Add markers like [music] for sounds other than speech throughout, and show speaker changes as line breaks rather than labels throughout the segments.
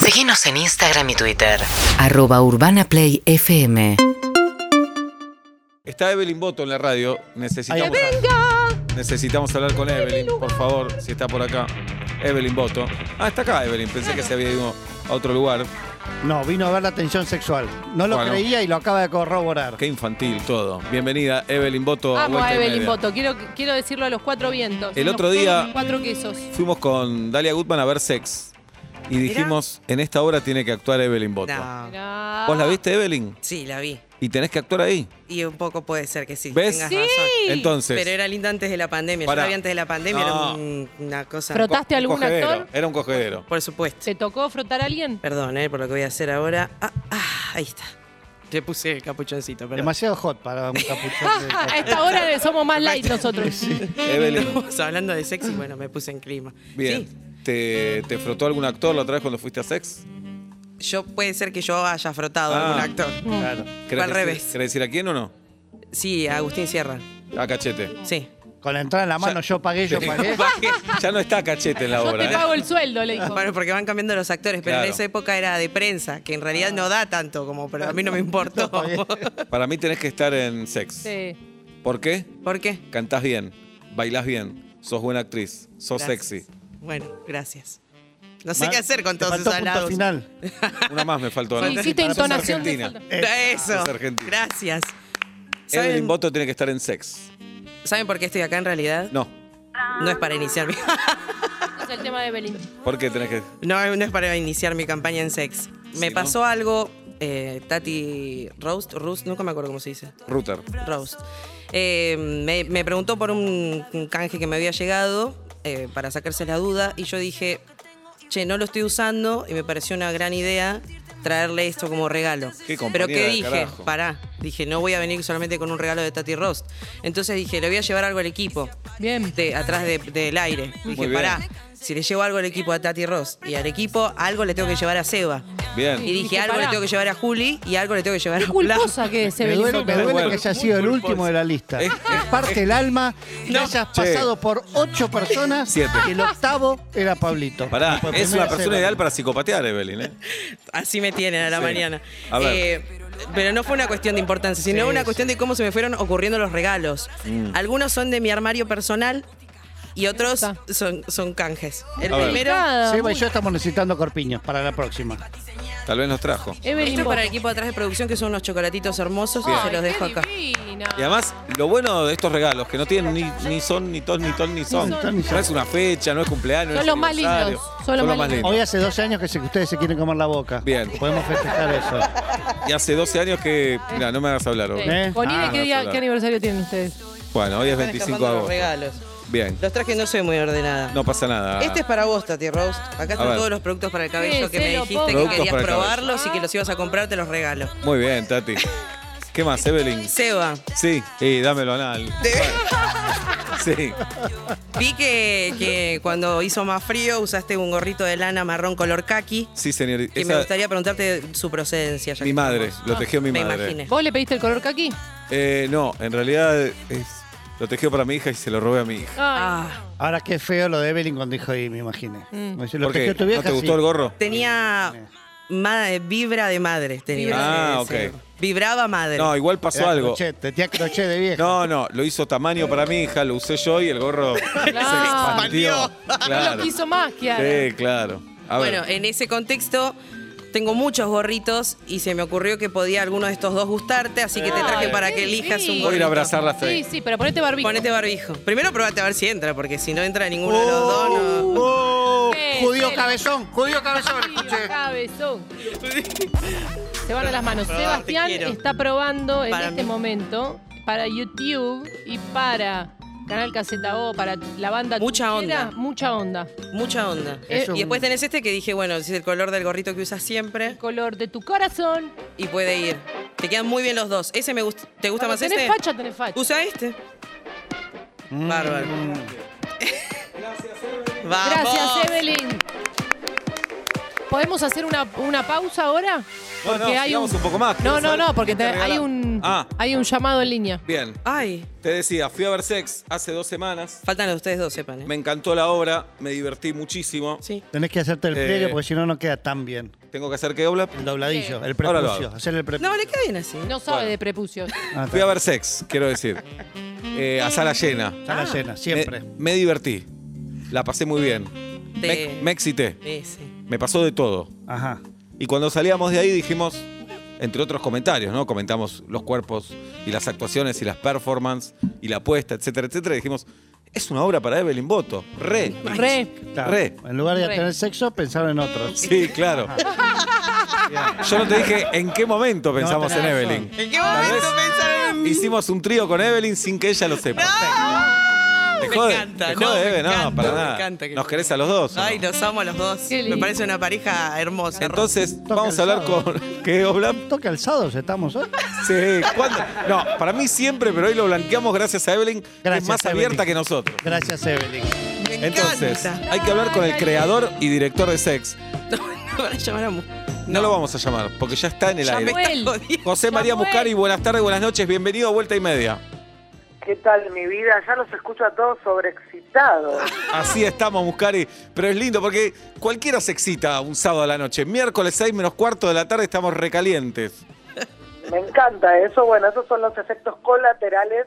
Seguinos en Instagram y Twitter.
arroba urbanaplayfm
Está Evelyn Boto en la radio. Necesitamos,
¡Que
necesitamos hablar con Evelyn, por favor, si está por acá. Evelyn Boto. Ah, está acá Evelyn. Pensé que se había ido a otro lugar.
No, vino a ver la tensión sexual. No lo
Bueno.
creía y lo acaba de corroborar.
Qué infantil todo. Bienvenida, Evelyn Boto. a
Amo
Vuelta
a
y
Ah, pues, Evelyn
Media.
Boto, quiero, quiero decirlo a los cuatro vientos.
El
Los
otro día-
Cuatro quesos.
Fuimos con Dalia Gutman a ver Sex. Y dijimos, en esta obra tiene que actuar Evelyn Boto.
No.
Mirá.
¿Vos la viste, Evelyn?
Sí, la vi.
Y tenés que actuar ahí.
Y un poco puede ser que sí.
¿Ves?
Tengas
Sí.
razón.
Entonces.
Pero era linda antes de la pandemia.
Pará.
Yo la vi antes de la pandemia,
No.
era un- una cosa.
Frota- ¿Frotaste
un
a algún
cogedero,
actor?
Era un
[laughs]
cogedero.
Por supuesto.
¿Te tocó frotar a alguien? [laughs]
Perdón, eh, por lo que voy a hacer ahora. Ah, ah, ahí está. Te puse el capuchoncito, perdón.
[laughs]
Demasiado hot para un
[laughs]
capuchón. de-
A esta hora de somos más light nosotros.
Evelyn,
Estamos hablando de sexy, bueno, me puse en clima.
bien.
Sí,
¿Te, te frotó algún actor la otra vez cuando fuiste a Sex?
yo puede ser que yo haya frotado
Ah.
a algún actor.
Claro.
¿Querés
al
decir-
revés.
¿Querés decir a quién o no?
Sí, a Agustín Sierra.
A cachete.
Sí.
Con la entrada en la mano, yo
[laughs]
pagué, yo pagué.
Ya no está cachete en la
Yo
obra.
te
¿eh?
pago el sueldo, le dijo.
Bueno, porque van cambiando los actores, pero
Claro.
en esa época era de prensa, que en realidad no da tanto como, pero a mí no me importó.
Está bien.
Para mí tenés que estar en sex.
Sí.
¿Por qué?
¿Por qué?
Cantás bien, bailás bien, sos buena actriz, sos
Gracias.
sexy.
Bueno, gracias. No sé
Mal.
qué hacer con
Te
todos
faltó
esos
punto
halagos.
final.
Una más me faltó.
[laughs] Sí,
¿no?
hiciste
Sos
entonación de
argentina.
falda.
Eso.
Sos argentina.
Gracias.
Evelyn
¿Saben,
Boto tiene que estar en sex.
saben por qué estoy acá en realidad?
No.
No es para iniciar mi [laughs]
Es el tema de Evelyn.
¿Por qué tenés que.?
no, no es para iniciar mi campaña en sex. Me
Sí,
pasó algo. eh, Tati Roast, Roast, nunca me acuerdo cómo se dice.
Router.
Roast. Eh, me, me preguntó por un, un canje que me había llegado eh, para sacarse la duda y yo dije, che, no lo estoy usando y me pareció una gran idea traerle esto como regalo.
Qué compañera
Pero ¿qué
de
dije?
carajo.
Pará. Dije, no voy a venir solamente con un regalo de Tati Roast. Entonces dije, le voy a llevar algo al equipo,
Bien.
de- atrás de- del aire. Dije,
bien.
pará. Si le llevo algo al equipo a Tati Roast y al equipo algo le tengo que llevar a Seba.
Bien.
Y dije,
Dije,
algo
pará.
le tengo que llevar a Juli y algo le tengo que llevar
Qué
a Blas.
culposa que es
Me duele,
Evelyn.
me
Bueno,
duele
bueno. Eh,
que haya sido el último de la lista.
Es-
Me parte el alma que hayas
Che.
pasado por ocho personas
Siete.
y el octavo era Pablito.
Pará,
Y por
es
primera
una persona
cero.
ideal para psicopatear, Evelyn. ¿eh?
Así me tienen a la
Sí.
mañana.
A ver.
Eh, pero no fue una cuestión de importancia, sino
Sí,
una
sí.
cuestión de cómo se me fueron ocurriendo los regalos.
Mm.
Algunos son de mi armario personal y otros
Me gusta.
son, son canjes. El
A ver.
primero.
Nada.
Seba y yo estamos necesitando corpiños para la próxima.
Tal vez nos trajo.
Evelyn
Esto es
Boto.
para el equipo de atrás de producción, que son unos chocolatitos hermosos,
Ay,
y se los
qué
dejo acá.
divina.
Y además, lo bueno de estos regalos, que no tienen ni, ni son, ni ton, ni ton, ni son.
ton, ni son.
No es una fecha, no es cumpleaños. no
Son
es
los más lindos,
aniversario.
son los más lindos.
Hoy hace 12 años que sé que ustedes se quieren comer la boca.
Bien.
Podemos festejar eso.
Y hace 12 años que. Mira, no me hagas hablar hoy.
Sí.
¿Eh?
Con Ine,
Ah,
¿qué, día, ¿qué aniversario tienen ustedes?
Bueno, hoy es 25
Están
de
escapando los
agosto.
regalos.
Bien,
Los trajes no soy muy ordenada.
no pasa nada.
Este es para vos, Tati Rose.
A
Acá están
ver.
todos los productos para el cabello
Sí,
que
se
me
lo
dijiste
pongo.
que
Productos para
querías
el cabello.
probarlos y que los ibas a comprar, te los regalo.
Muy bien, Tati. ¿Qué más, Evelyn?
Seba,
Sí, sí, dámelo anal. Sí,
Vi que, que cuando hizo más frío usaste un gorrito de lana marrón color kaki.
sí, señor.
Que
Esa-
me gustaría preguntarte su procedencia. ya
Mi
que
madre,
estamos.
lo tejió mi
me
madre.
imaginé.
¿Vos le pediste el color caqui? Ay.
Eh, no, en realidad es, lo tejió para mi hija y se lo robé a mi hija.
Ah,
Ahora qué feo lo de Evelyn cuando dijo y me imaginé.
Mm.
Me dice, lo
¿Por qué?
tejió tu vieja,
¿No te
sí.
gustó el gorro?
tenía ma- vibra de madre. Tenía
Ah,
Sí, sí.
ok.
Vibraba madre.
No, igual pasó
Era
algo.
crochet, tenía crochet de vieja.
No, no, lo hizo tamaño para mi hija, lo usé yo y el
[laughs]
gorro se expandió.
No
Claro.
lo quiso más, Kiara.
Sí, claro. A ver,
bueno, en ese contexto tengo muchos gorritos y se me ocurrió que podía alguno de estos dos gustarte, así que te traje
Ay,
para
qué
que elijas un
divino.
gorrito.
voy a ir a abrazarla hasta
eh, Sí,
ahí.
sí, pero ponete barbijo.
Ponete barbijo. Primero probate a ver si entra, porque si no entra ninguno de los dos, no.
Oh,
Eh,
judío
eh.
cabezón, judío cabezón, escuché.
Cabezón. Se van a las manos. Sebastián
quiero.
está probando en
Para
este
mí.
momento para YouTube y para Canal Caseta O, para la banda.
Mucha
tucumana,
onda.
Mucha onda.
Mucha onda.
Es
y
un-
después tenés este que dije, bueno, es el color del gorrito que usas siempre
Color de tu corazón.
y puede ir. Te quedan muy bien los dos. Ese me gusta. ¿Te gusta
Cuando
más
tenés
este?
facha, tenés facha.
Usa este.
Mm.
Bárbaro. Gracias,
Gracias, Evelyn. ¿Podemos hacer una, una pausa ahora?
No, no, sigamos un poco más, quiero
No, no,
saber
no,
qué
porque
te
te- hay,
regalaron.
un,
Ah.
hay un llamado en línea.
Bien.
Ay,
Te decía, fui a ver Sex hace dos semanas.
faltan los ustedes dos, sepan. ¿eh?
Me encantó la obra, me divertí muchísimo.
Sí.
Tenés que hacerte el
Eh.
pliegue porque si no, no queda tan bien.
Tengo que hacer que dobla.
El dobladillo, el
Ahora lo
prepucio.
hago.
Hacer el prepucio.
No, le queda bien así.
No sabe
Bueno.
de prepucios.
Ah,
Fui a ver Sex, quiero decir. Eh, a sala llena.
está.
Ah.
Sala llena, siempre.
Me, me divertí. La pasé muy bien.
Te-
Me, me excité.
Sí, sí.
Me pasó de todo.
Ajá.
Y cuando salíamos de ahí dijimos, entre otros comentarios, ¿no? Comentamos los cuerpos y las actuaciones y las performances y la apuesta, etcétera, etcétera. Y dijimos, es una obra para Evelyn Boto. Re.
Re.
Claro.
Re.
En lugar de
Re.
tener sexo, pensaron en otros.
Sí, claro. Yo no te dije en qué momento pensamos en
tenés
Evelyn.
razón.
¿En qué
Tal
momento
vez
pensaron en mí?
Hicimos un trío con Evelyn sin que ella lo sepa. Te
Me
jode,
encanta,
te
no,
jode,
me
Eve, no,
encanta,
para
me
nada.
encanta que-
Nos querés a los dos. ¿o no?
Ay, los amo a los dos.
Qué lindo.
Me parece una pareja hermosa.
Entonces,
Toca
vamos a
el
hablar
sábado.
con. [laughs] ¿Qué, Oblap?
Toque alzados estamos hoy.
Sí, ¿cuándo? No, para mí siempre, pero hoy lo blanqueamos gracias a Evelyn, que es
Gracias,
más
Evelyn.
abierta que nosotros.
Gracias, Evelyn.
Me encanta. [laughs]
Entonces, hay que hablar con el creador y director de Sex.
No, no van a llamar a mu-
No lo vamos a llamar, porque ya está en el
Ya me
aire.
Samuel.
está jodiendo.
José María
Samuel.
Muscari, buenas tardes, buenas noches, bienvenido a Vuelta y Media.
¿Qué tal mi vida? Ya los escucho a todos sobreexcitados.
Así estamos, Muscari. Pero es lindo porque cualquiera se excita un sábado a la noche. Miércoles 6 menos cuarto de la tarde estamos recalientes.
Me encanta eso. Bueno, esos son los efectos colaterales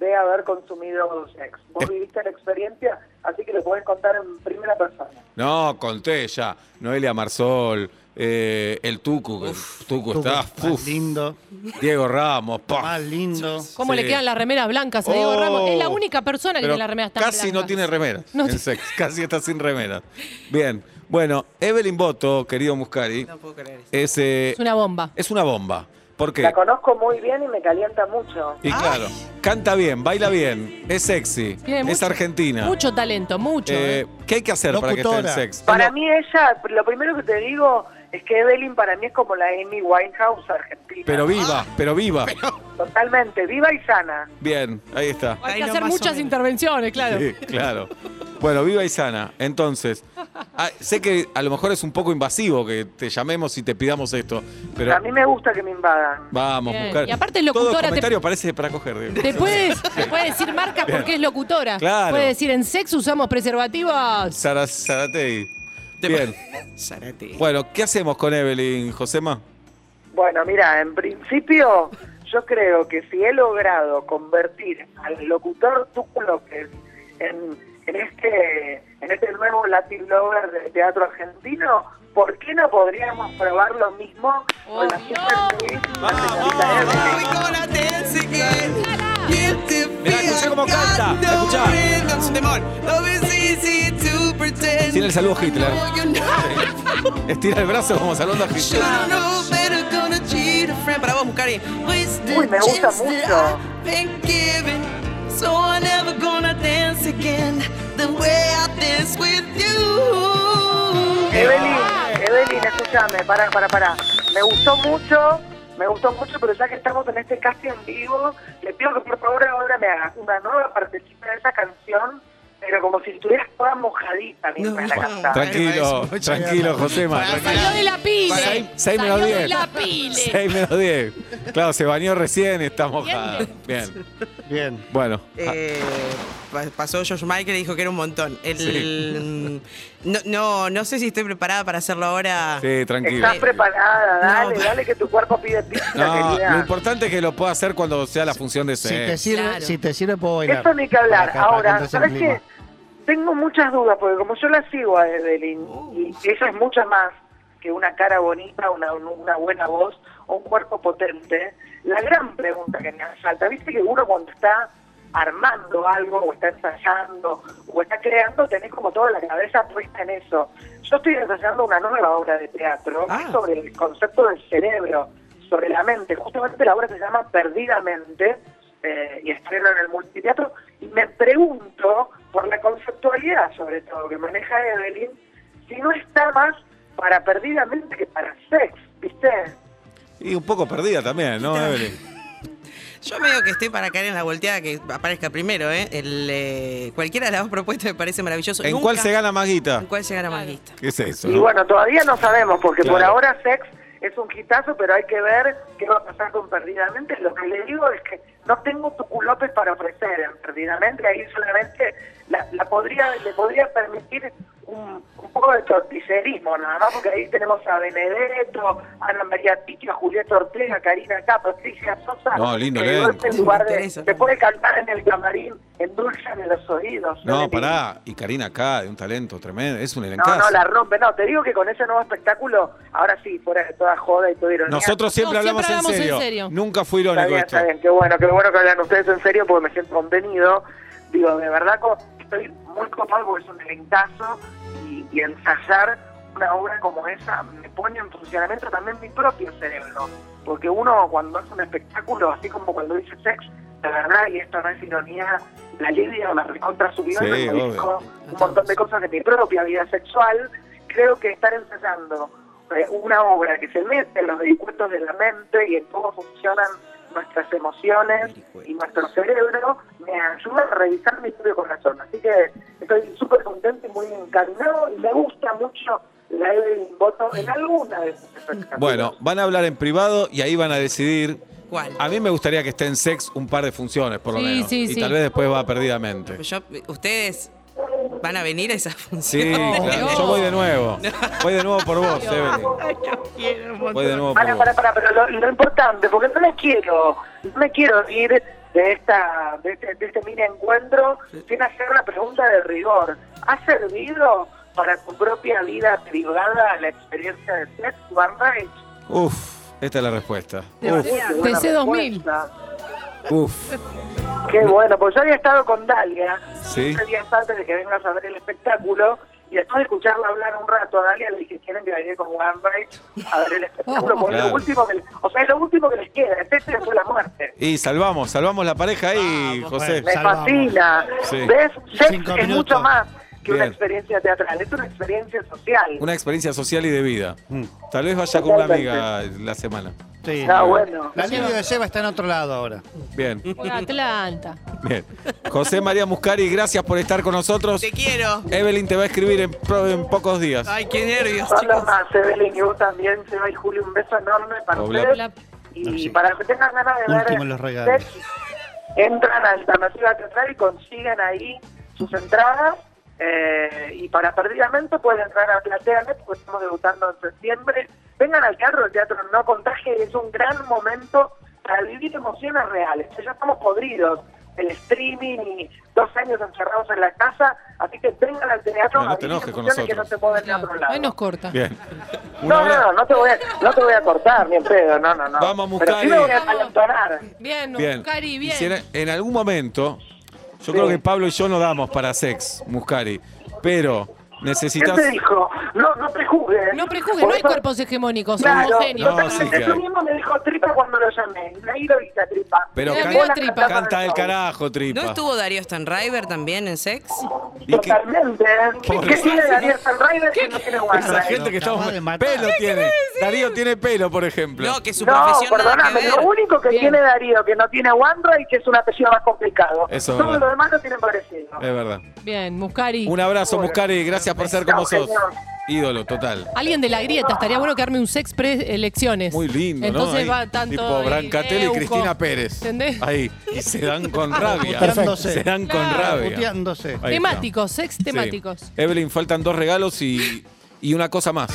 de haber consumido sex.
Eh.
Vos viviste la experiencia, así que lo podés contar en primera persona.
No, conté ya. Noelia Marsol, eh, el Tucu, que el Tucu está.
Más
uf.
lindo.
Diego Ramos, pa.
Más lindo.
¿Cómo
Sí.
le quedan las remeras blancas a Diego Ramos? Es la
Oh.
única persona que
Pero
tiene las remeras tan
Casi no
blancas.
tiene remeras
No
en
ti-
sex. [laughs] Casi está sin remeras. Bien. Bueno, Evelyn Boto, querido Muscari,
No puedo creer eso.
es, eh,
Es una bomba.
es una bomba. ¿Por qué? Ah,
La conozco muy bien y me calienta mucho.
Y claro, canta bien, baila bien, es sexy,
Tiene
es
mucho-
argentina.
Mucho talento, mucho.
Eh,
¿eh?
¿Qué hay que hacer para que
Locutora.
esté en sex?
Para mí ella, lo primero que te digo es que Evelyn para mí es como la Amy Winehouse argentina.
Pero viva,
Ah.
pero
[laughs]
viva.
Totalmente, viva y sana.
Bien, ahí está.
Hay
Ahí
que
no,
hacer
más o
muchas
menos.
intervenciones, claro.
Sí, claro. Bueno, viva y sana. Entonces, ah, sé que a lo mejor es un poco invasivo que te llamemos y te pidamos esto, pero
A mí me gusta que me invadan.
vamos,
Bien.
buscar.
Y aparte es
Todo
locutora, te-
comentario parece para coger. Diego.
Te puedes, te puede decir marca porque es locutora.
Claro.
Puede decir en sexo usamos preservativos.
Sara- Saratei.
Te-
Bien.
Zarate.
Bueno, ¿qué hacemos con Evelyn, Josema?
Bueno, mira, en principio yo creo que si he logrado convertir al locutor Tuco López en, en este en este nuevo Latin Lover del teatro argentino, ¿por qué no podríamos probar lo mismo con la
Obvio.
superactriz, la señorita Evelyn?
Ay, cómo la tense que- Y el te
Mirá, escuchá cómo canta.
pegando,
Escuchá.
prendo su temor. Lo ves easy to pretend.
Tiene el saludo Hitler.
No, you're not.
Estira el brazo como saludando a
You
Cristian.
don't know better, gonna cheat a friend. Para vos, Mucari.
Uy, me gusta mucho.
Been given, so I'm never gonna dance again the way I dance with you.
Evelyn, Evelyn, escúchame, para, para, para. Me gustó mucho, me gustó mucho, pero ya que estamos en este casting en vivo, le pido que por favor ahora me hagas una nueva partecita de esa canción, pero como si estuvieras toda mojadita mientras
No.
la cantas.
Tranquilo, tranquilo, Josema.
Salió de la pile.
Seis- seis menos
Salió de
diez.
la pile.
6 menos 10. Claro, se bañó recién y está mojada.
¿Entiendes?
Bien.
Bien.
Bueno. ah,
Eh, pa- pasó George Michael y dijo que era un montón. El, [laughs] no, no, no sé si estoy preparada para hacerlo ahora.
sí, tranquilo.
Estás preparada, dale,
No.
dale que tu cuerpo pide pizza,
No,
querida.
lo importante es que lo pueda hacer cuando sea la función de
Si te,
sexo.
sirve,
Claro.
si te sirve, puedo bailar.
Eso ni que
Para
hablar.
acá, para
Ahora,
entras en
¿sabes
clima.
qué? Tengo muchas dudas, porque como yo la sigo a Evelyn,
Oh.
y ella es mucho más que una cara bonita, una, una buena voz, o un cuerpo potente, la gran pregunta que me asalta, viste que uno cuando está armando algo, o está ensayando, o está creando, tenés como toda la cabeza puesta en eso. Yo estoy ensayando una nueva obra de teatro que
Ah.
es sobre el concepto del cerebro, sobre la mente. Justamente la obra se llama Perdidamente eh, y estreno en el multiteatro. Y me pregunto, por la conceptualidad sobre todo que maneja Evelyn, si no está más para Perdidamente que para Sex, ¿viste?
Y un poco perdida también, ¿no, Evelyn?
Yo medio que estoy para caer en la volteada que aparezca primero, ¿eh? El, eh, cualquiera de las dos propuestas me parece maravilloso.
¿En
Nunca-
cuál se gana más guita?
¿En cuál se gana más guita?
¿Qué es eso?
Y
no?
bueno, todavía no sabemos, porque por
Claro.
ahora Sex es un hitazo, pero hay que ver qué va a pasar con Perdidamente. Lo que le digo es que no tengo tuculopes para ofrecer en Perdidamente. Ahí solamente la, la podría, le podría permitir un, un poco de torticerismo, nada más, porque ahí tenemos a Benedetto, a Ana María Piquio, a Julieta Ortega, a Karina K, Patricia Sosa.
No, lindo
que de golpe
elenco.
en este lugar de-
Interesa.
te puede cantar en el camarín, endulzan los oídos.
No,
Suelen-
pará. Y Karina acá, de un talento tremendo. Es un
no,
elencazo.
no, la rompe. No, te digo que con ese nuevo espectáculo, ahora sí, fuera de toda joda y todo ironía.
Nosotros siempre
No,
hablamos,
siempre
en,
hablamos en
serio.
serio.
Nunca fue
Está
irónico
bien,
esto.
está bien. Qué bueno, qué bueno que hablan ustedes en serio porque me siento contenido. Digo, de verdad co- estoy muy copado porque es un elencazo y, y ensayar una obra como esa me pone en funcionamiento también mi propio cerebro. Porque uno cuando hace un espectáculo, así como cuando dice sex, la verdad, y esto no es ironía, la lidia me recontra subió
Sí,
y me modificó
obvio.
un montón de cosas de mi propia vida sexual. Creo que estar ensayando eh, una obra que se mete en los vericuetos de la mente y en cómo funcionan nuestras emociones y nuestro cerebro me ayuda a revisar mi propio corazón. Así que estoy súper contento y muy encarnado y me gusta mucho la Evelyn Boto en alguna de sus expectativas.
Bueno, van a hablar en privado y ahí van a decidir.
¿Cuál?
A mí me gustaría que esté en sex un par de funciones, por lo
Sí,
menos.
sí,
y
sí.
tal vez después va perdidamente.
Yo- ustedes van a venir a esa [laughs] función.
Sí, claro.
no.
Yo voy de nuevo. Voy de nuevo por vos, Evelyn. Voy de nuevo por
Para,
vos.
para, para, pero lo, lo importante, porque no me quiero, no me quiero ir de esta, de este, de este mini encuentro sin hacer la pregunta de rigor. ¿Ha servido para tu propia vida privada la experiencia de Sex One Night?
Uf, esta es la respuesta. Uf,
Qué buena
TC 2000.
respuesta.
uf.
Qué bueno, pues yo había estado con Dalia
Sí.
15 días antes de que vengas a ver el espectáculo y después de escucharla hablar un rato a Dalia le dije, quieren que vaya con One Night a ver el espectáculo, porque es
Claro.
lo último que, les- o sea, es lo último que les queda, el TC fue la muerte.
Y salvamos, salvamos la pareja ahí,
Vamos,
José.
Me
Salvamos.
fascina.
Sí.
¿Ves? Sex
Cinco
es
minutos.
mucho más que una
Bien.
experiencia teatral, es una experiencia social. Ah,
Una experiencia social y de vida. Mm. Tal vez vaya con una amiga la semana.
Sí.
Ah, bueno.
La lidia de Seba está en otro lado ahora.
Bien,
Por Atlanta.
bien. José María Muscari, gracias por estar con nosotros.
Te quiero.
Evelyn te va a escribir en, pro- en pocos días.
Ay, qué nervios,
Son los
chicos.
más, Evelyn y vos también, Seba y Julio, un beso enorme para
Hola.
ustedes.
Hola.
Y
Ah, sí.
para que tengan ganas de
Último
ver
los regalos.
Sex, entran a Alternativa Teatral y consigan ahí sus entradas. eh, y para perdidamente pueden entrar a PlateaNet porque estamos debutando en septiembre. Vengan al carro, el teatro no contagie, es un gran momento para vivir emociones reales. Ya estamos podridos el streaming y dos años encerrados en la casa, así que vengan al teatro
No, no
a
te
vivir
enojes con
emociones que no
nosotros.
se pueden en otro lado.
Ahí nos corta.
Bien. Un
No, no,
abrazo.
no, no te voy a, no te voy a cortar ni en pedo, no, no, no.
Vamos,
Pero sí
Muscari.
me voy a alentonar.
Bien,
Bien.
Cari,
Y si en,
bien.
en algún momento, yo creo que Pablo y yo no damos para sex, Muscari, pero
¿Qué
necesitas.
te dijo? No, no te juzgues.
No prejuzgues, no hay cuerpos hegemónicos, somos
Claro,
genios.
No, sí que
Eso
hay.
mismo me dijo Tripa cuando lo llamé. Ahí lo viste a Tripa.
Pero
Eh,
can-
veo a Tripa.
Buena
canta del carajo,
¿No
tripa.
estuvo Darío Stanriver también en Sex?
Y que-
Totalmente. ¿Qué,
Pobre.
tiene Daniel Sanrider que no tiene
esa
guarda?
gente que
Lo acabas
estamos.
de matar.
Pelo tiene. Darío tiene pelo, por ejemplo.
No, que su
No,
profesión nada que
perdóname,
ver.
lo único que
Bien.
tiene Darío que no tiene Wandra y que es un apellido más complicado.
Eso es
Todos
verdad.
los demás lo tienen parecido.
Es verdad.
Bien, Muscari.
Un abrazo, Muscari. Gracias por ser como
Chao,
sos.
señor.
Ídolo, total.
Alguien de la grieta, estaría bueno que arme un sex pre-elecciones.
Muy lindo, ¿no?
Entonces
Ahí,
va tanto.
Tipo
ahí,
Brancatelli y
Neuco.
Cristina Pérez.
¿Entendés?
Ahí. Y se
[laughs]
dan con rabia.
Perfecto.
Se dan con
Claro.
rabia.
Puteándose.
Ahí está.
Temáticos, sex temáticos.
Sí. Evelyn, faltan dos regalos y, y una cosa más.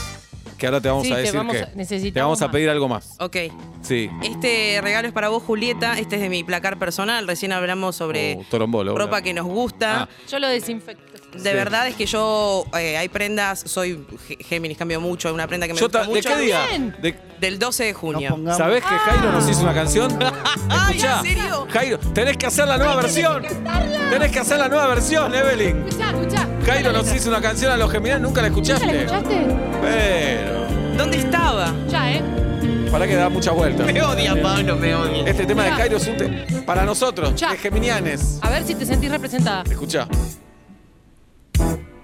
Que ahora te vamos
Sí,
a
te
decir
vamos
que
a- necesitamos
te vamos a
más.
pedir algo más.
Ok.
Sí.
Este regalo es para vos, Julieta. Este es de mi placar personal. Recién hablamos sobre
Oh, torombolo,
ropa
hola.
que nos gusta.
Ah.
Yo lo desinfecto.
De verdad es que yo, eh, hay prendas, soy G- Géminis, cambio mucho, una prenda que me
Yo
gusta
ta- ¿De
mucho.
qué día?
Bien. Ah.
De-
Del 12 de
No
junio.
pongamos. Ah.
¿Sabés que Jairo nos hizo una canción?
[laughs]
Ay,
Escuchá,
¿en serio?
Jairo, tenés que hacer la nueva versión. Tenés que hacer la nueva versión, Evelyn.
Escuchá, escuchá.
Jairo nos hizo una canción a los Geminianos, nunca la
¿Ya la
escuchaste.
escuchaste?
Pero.
¿Dónde estaba?
Ya, ¿eh?
Para que da muchas vueltas.
Me odia, Pablo, me odia.
Este tema de Jairo es un te- para nosotros,
Ya.
de Geminianes.
A ver si te sentís representada.
Escucha.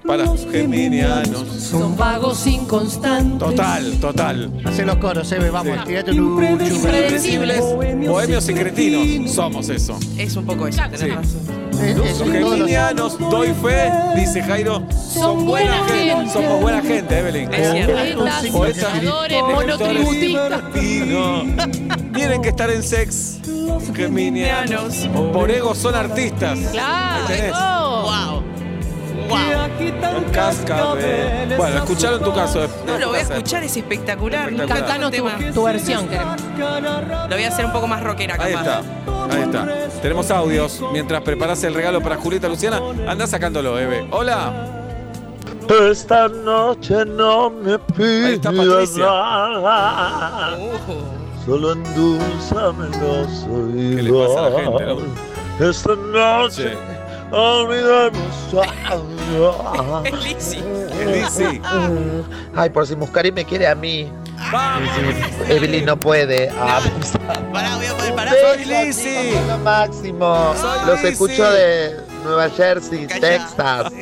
para los geminianos.
Son vagos inconstantes.
Total, total.
Hace los coros, Eve, vamos,
Sí.
tirate un uchu.
Impredecibles, bohemios y cretinos. Somos eso.
Es un poco eso, tenés
Sí.
razón.
Es- es-
Los
todos los-
geminianos, doy fe, dice Jairo. Son buena
buena
gente.
gente.
Somos buena gente, Evelyn.
Es cierto.
Poetas,
Poetas,
sanadores,
escritores,
monotributistas.
libertinos. Tienen que estar en sex. Geminianos. Por ego son artistas.
Claro.
¿Me entendés?
Oh.
Wow.
Cascabel. Bueno, escucharon tu caso. eh.
No lo voy a
Cascabel.
escuchar, es espectacular.
Espectacular.
Nunca
Cantanos
cantanos
tu,
tema.
tu versión. queremos.
Lo voy a hacer un poco más rockera, capaz.
Ahí está, ahí está. Tenemos audios. Mientras preparas el regalo para Julieta Luciana, anda sacándolo, Eve. Hola.
Esta noche no me
Ahí está
pidas
Patricia.
nada,
Uh,
solo endulzame los oídos.
¿Qué le pasa a la gente,
Esta noche
Sí.
olvidemos.
es Lizzy.
El sí.
Ay, por si Muscari me quiere a mí. Evelyn no puede. Ah,
Pará, voy a poder parar.
Soy
besos, chicos,
Lizzy.
son lo máximo.
Soy
Los
Lizzy.
escucho de Nueva Jersey,
Calla.
Texas.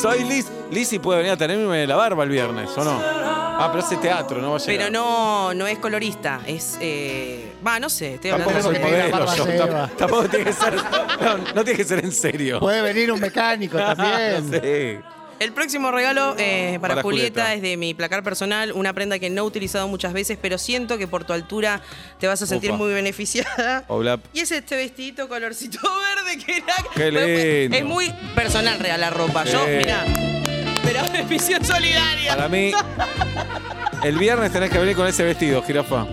Soy Liz. Lizzy puede venir a tenerme la barba el viernes, ¿o no? Ah, pero hace teatro, no va a llegar.
Pero no, no es colorista, es. eh, Va, no sé, estoy
Tampoco
hablando
soy
que tenga
modelo,
barba
yo.
ceba.
Tamp- Tampoco tiene que ser. No, no tiene que ser en serio. [laughs] Ah,
Puede venir un mecánico también.
Sí.
El próximo regalo eh, para,
Para
Julieta,
Julieta.
es de mi placar personal, una prenda que no he utilizado muchas veces, pero siento que por tu altura te vas a sentir
Ufa.
muy beneficiada. [laughs]
Hola.
Y es este vestidito colorcito [laughs] verde que era.
Qué lindo.
Es muy personal real la ropa. Yo,
Sí. Ah.
mirá. Pero [laughs] beneficio solidaria.
Para mí, el viernes tenés que venir con ese vestido, jirafa.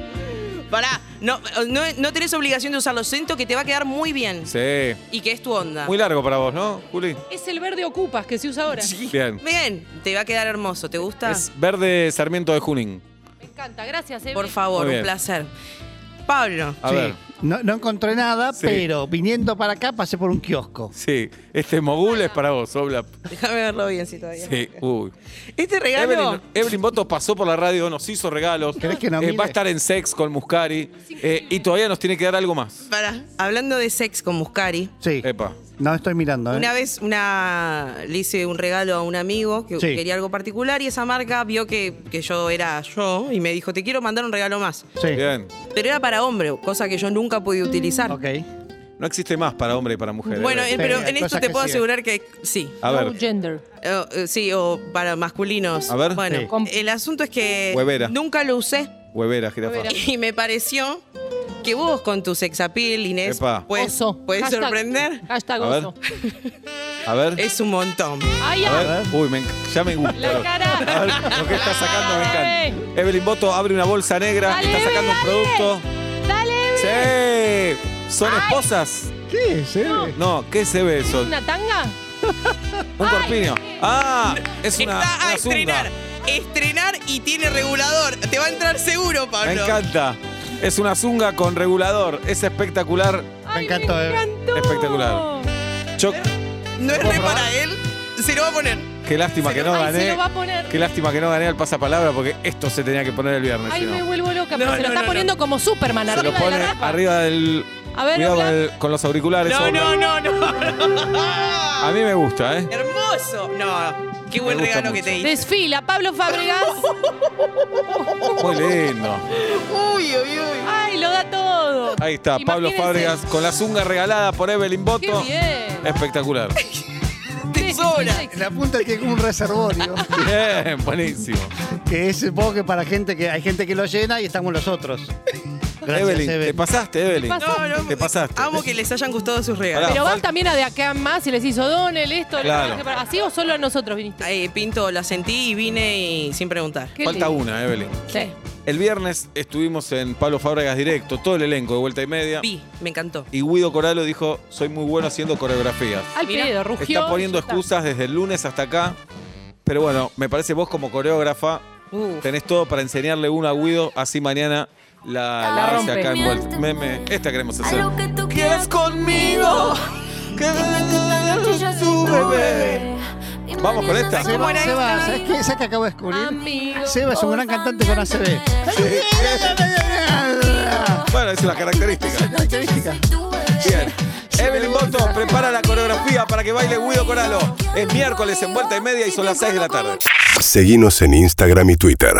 Pará. No, no, no tenés obligación de usarlo. Siento que te va a quedar muy bien.
Sí.
Y que es tu onda.
Muy largo para vos, ¿no, Juli?
Es el verde ocupas que se usa ahora.
Bien.
Bien, te va a quedar hermoso. ¿Te gusta?
Es verde Sarmiento de Junín.
Me encanta, gracias, eh. Eve.
Por
Muy
favor,
bien.
un placer. Pablo.
A
Sí.
ver.
No, no encontré nada,
Sí.
pero viniendo para acá pasé por un kiosco.
Sí, este mogul es para vos, Oblap.
Déjame verlo bien si todavía.
Sí, uy.
Este regalo.
Evelyn, Evelyn Boto pasó por la radio, nos hizo regalos.
¿Querés que no
Eh,
mire?
va a estar en sex con Muscari. eh, y todavía nos tiene que dar algo más.
Pará. Hablando de sex con Muscari,
Sí.
Epa.
No estoy mirando, ¿eh?
una vez una, le hice un regalo a un amigo que
Sí.
quería algo particular y esa marca vio que, que yo era yo y me dijo, te quiero mandar un regalo más.
Sí.
Bien.
Pero era para hombre, cosa que yo nunca pude utilizar.
Ok.
No existe más para hombre y para mujer.
Bueno,
Evelyn.
eh, pero
Sí,
en esto
cosas
te
que
puedo
sí.
asegurar que sí.
a
No
ver.
gender.
Eh, eh, sí, o para masculinos.
A ver.
Bueno,
Sí.
el asunto es que
Huevera.
nunca lo usé
Huevera, jirafa.
Huevera.
y me pareció que vos con tu sex appeal, Inés,
Epa.
puedes,
Oso.
puedes
Hashtag-
sorprender.
Hashtag
A ver.
oso.
A ver.
Es un montón.
Ay,
A
ay,
ver. Uy, me enc- ya me gusta.
la
[laughs] A
cara.
ver, lo que está sacando me
Dale.
encanta. Evelyn Boto abre una bolsa negra,
Dale,
está sacando un
dale.
producto.
Dale, Eve.
¡Sí! ¿Son esposas?
¿Qué es, eh? Eve?
No, ¿qué se ve eso?
¿Una tanga?
Un corpiño. ¡Ah! Es una,
Está a
una zunga.
estrenar. Estrenar y tiene regulador. Te va a entrar seguro,
Me
Pablo.
encanta. Es una zunga con regulador. Es espectacular.
Me encantó, Eve.
eh. Espectacular. Yo,
No es re para él. Se lo va a poner.
qué lástima que no
Ay, se
gané.
lo va a poner.
Qué lástima que no gané al pasapalabra porque esto se tenía que poner el viernes.
Ay,
si no.
me vuelvo loca, pero
No,
se lo
no,
está
no,
poniendo como Superman
Se
arriba
lo pone
de la ropa.
arriba del.
A ver,
Cuidado con,
Oblap.
el- con los auriculares.
No,
Oblap.
no, no, no. [laughs]
A mí me gusta, ¿eh?
Hermoso. No, qué buen
Me gusta
regalo que te hice.
Desfila,
[laughs]
Pablo Fábregas.
Muy lindo.
Uy, uy, uy.
Ay, lo da todo.
Ahí está, Pablo
Imagínense.
Fábregas con la zunga regalada por Evelyn Boto.
Qué bien.
Espectacular.
Tesora.
En la punta tiene como un reservorio.
Bien, buenísimo.
que es que para gente que hay gente que lo llena y estamos los otros. Gracias,
Evelyn,
Eve.
te pasaste, Evelyn.
Te
No, no.
Te pasaste.
Amo que les hayan gustado sus regalos.
Pero
Fal-
vas también a de acá en más y les hizo Donel esto, el
Claro.
traje para- así o solo a nosotros viniste.
Eh, Pinto, la sentí y vine y sin preguntar.
Qué
Falta
lindo.
una, Evelyn.
Sí.
El viernes estuvimos en Pablo Fábregas directo, todo el elenco de vuelta y media.
Vi, me encantó.
Y Guido Coralo dijo: Soy muy bueno haciendo coreografías.
Al
Mirá,
pedo, Ah, rugió.
Está poniendo
y ya está.
excusas desde el lunes hasta acá. Pero bueno, me parece vos como coreógrafa
Uf.
tenés todo para enseñarle uno a Guido, así mañana la,
La
hace
rompe.
acá en Vuelta. Meme, esta queremos hacer.
¿Quieres conmigo?
Vamos con esta.
¿Cómo
Seba,
era
Seba,
esta?
¿sabes qué? ¿Sabes qué acabo de descubrir?
Amigo.
Seba es un gran cantante con ACB.
Bueno, es una característica.
Característica.
Bien. Evelyn Boto prepara la coreografía para que baile Guido Coralo. Es miércoles en vuelta y media y son las 6 de la tarde.
Seguinos en Instagram y Twitter.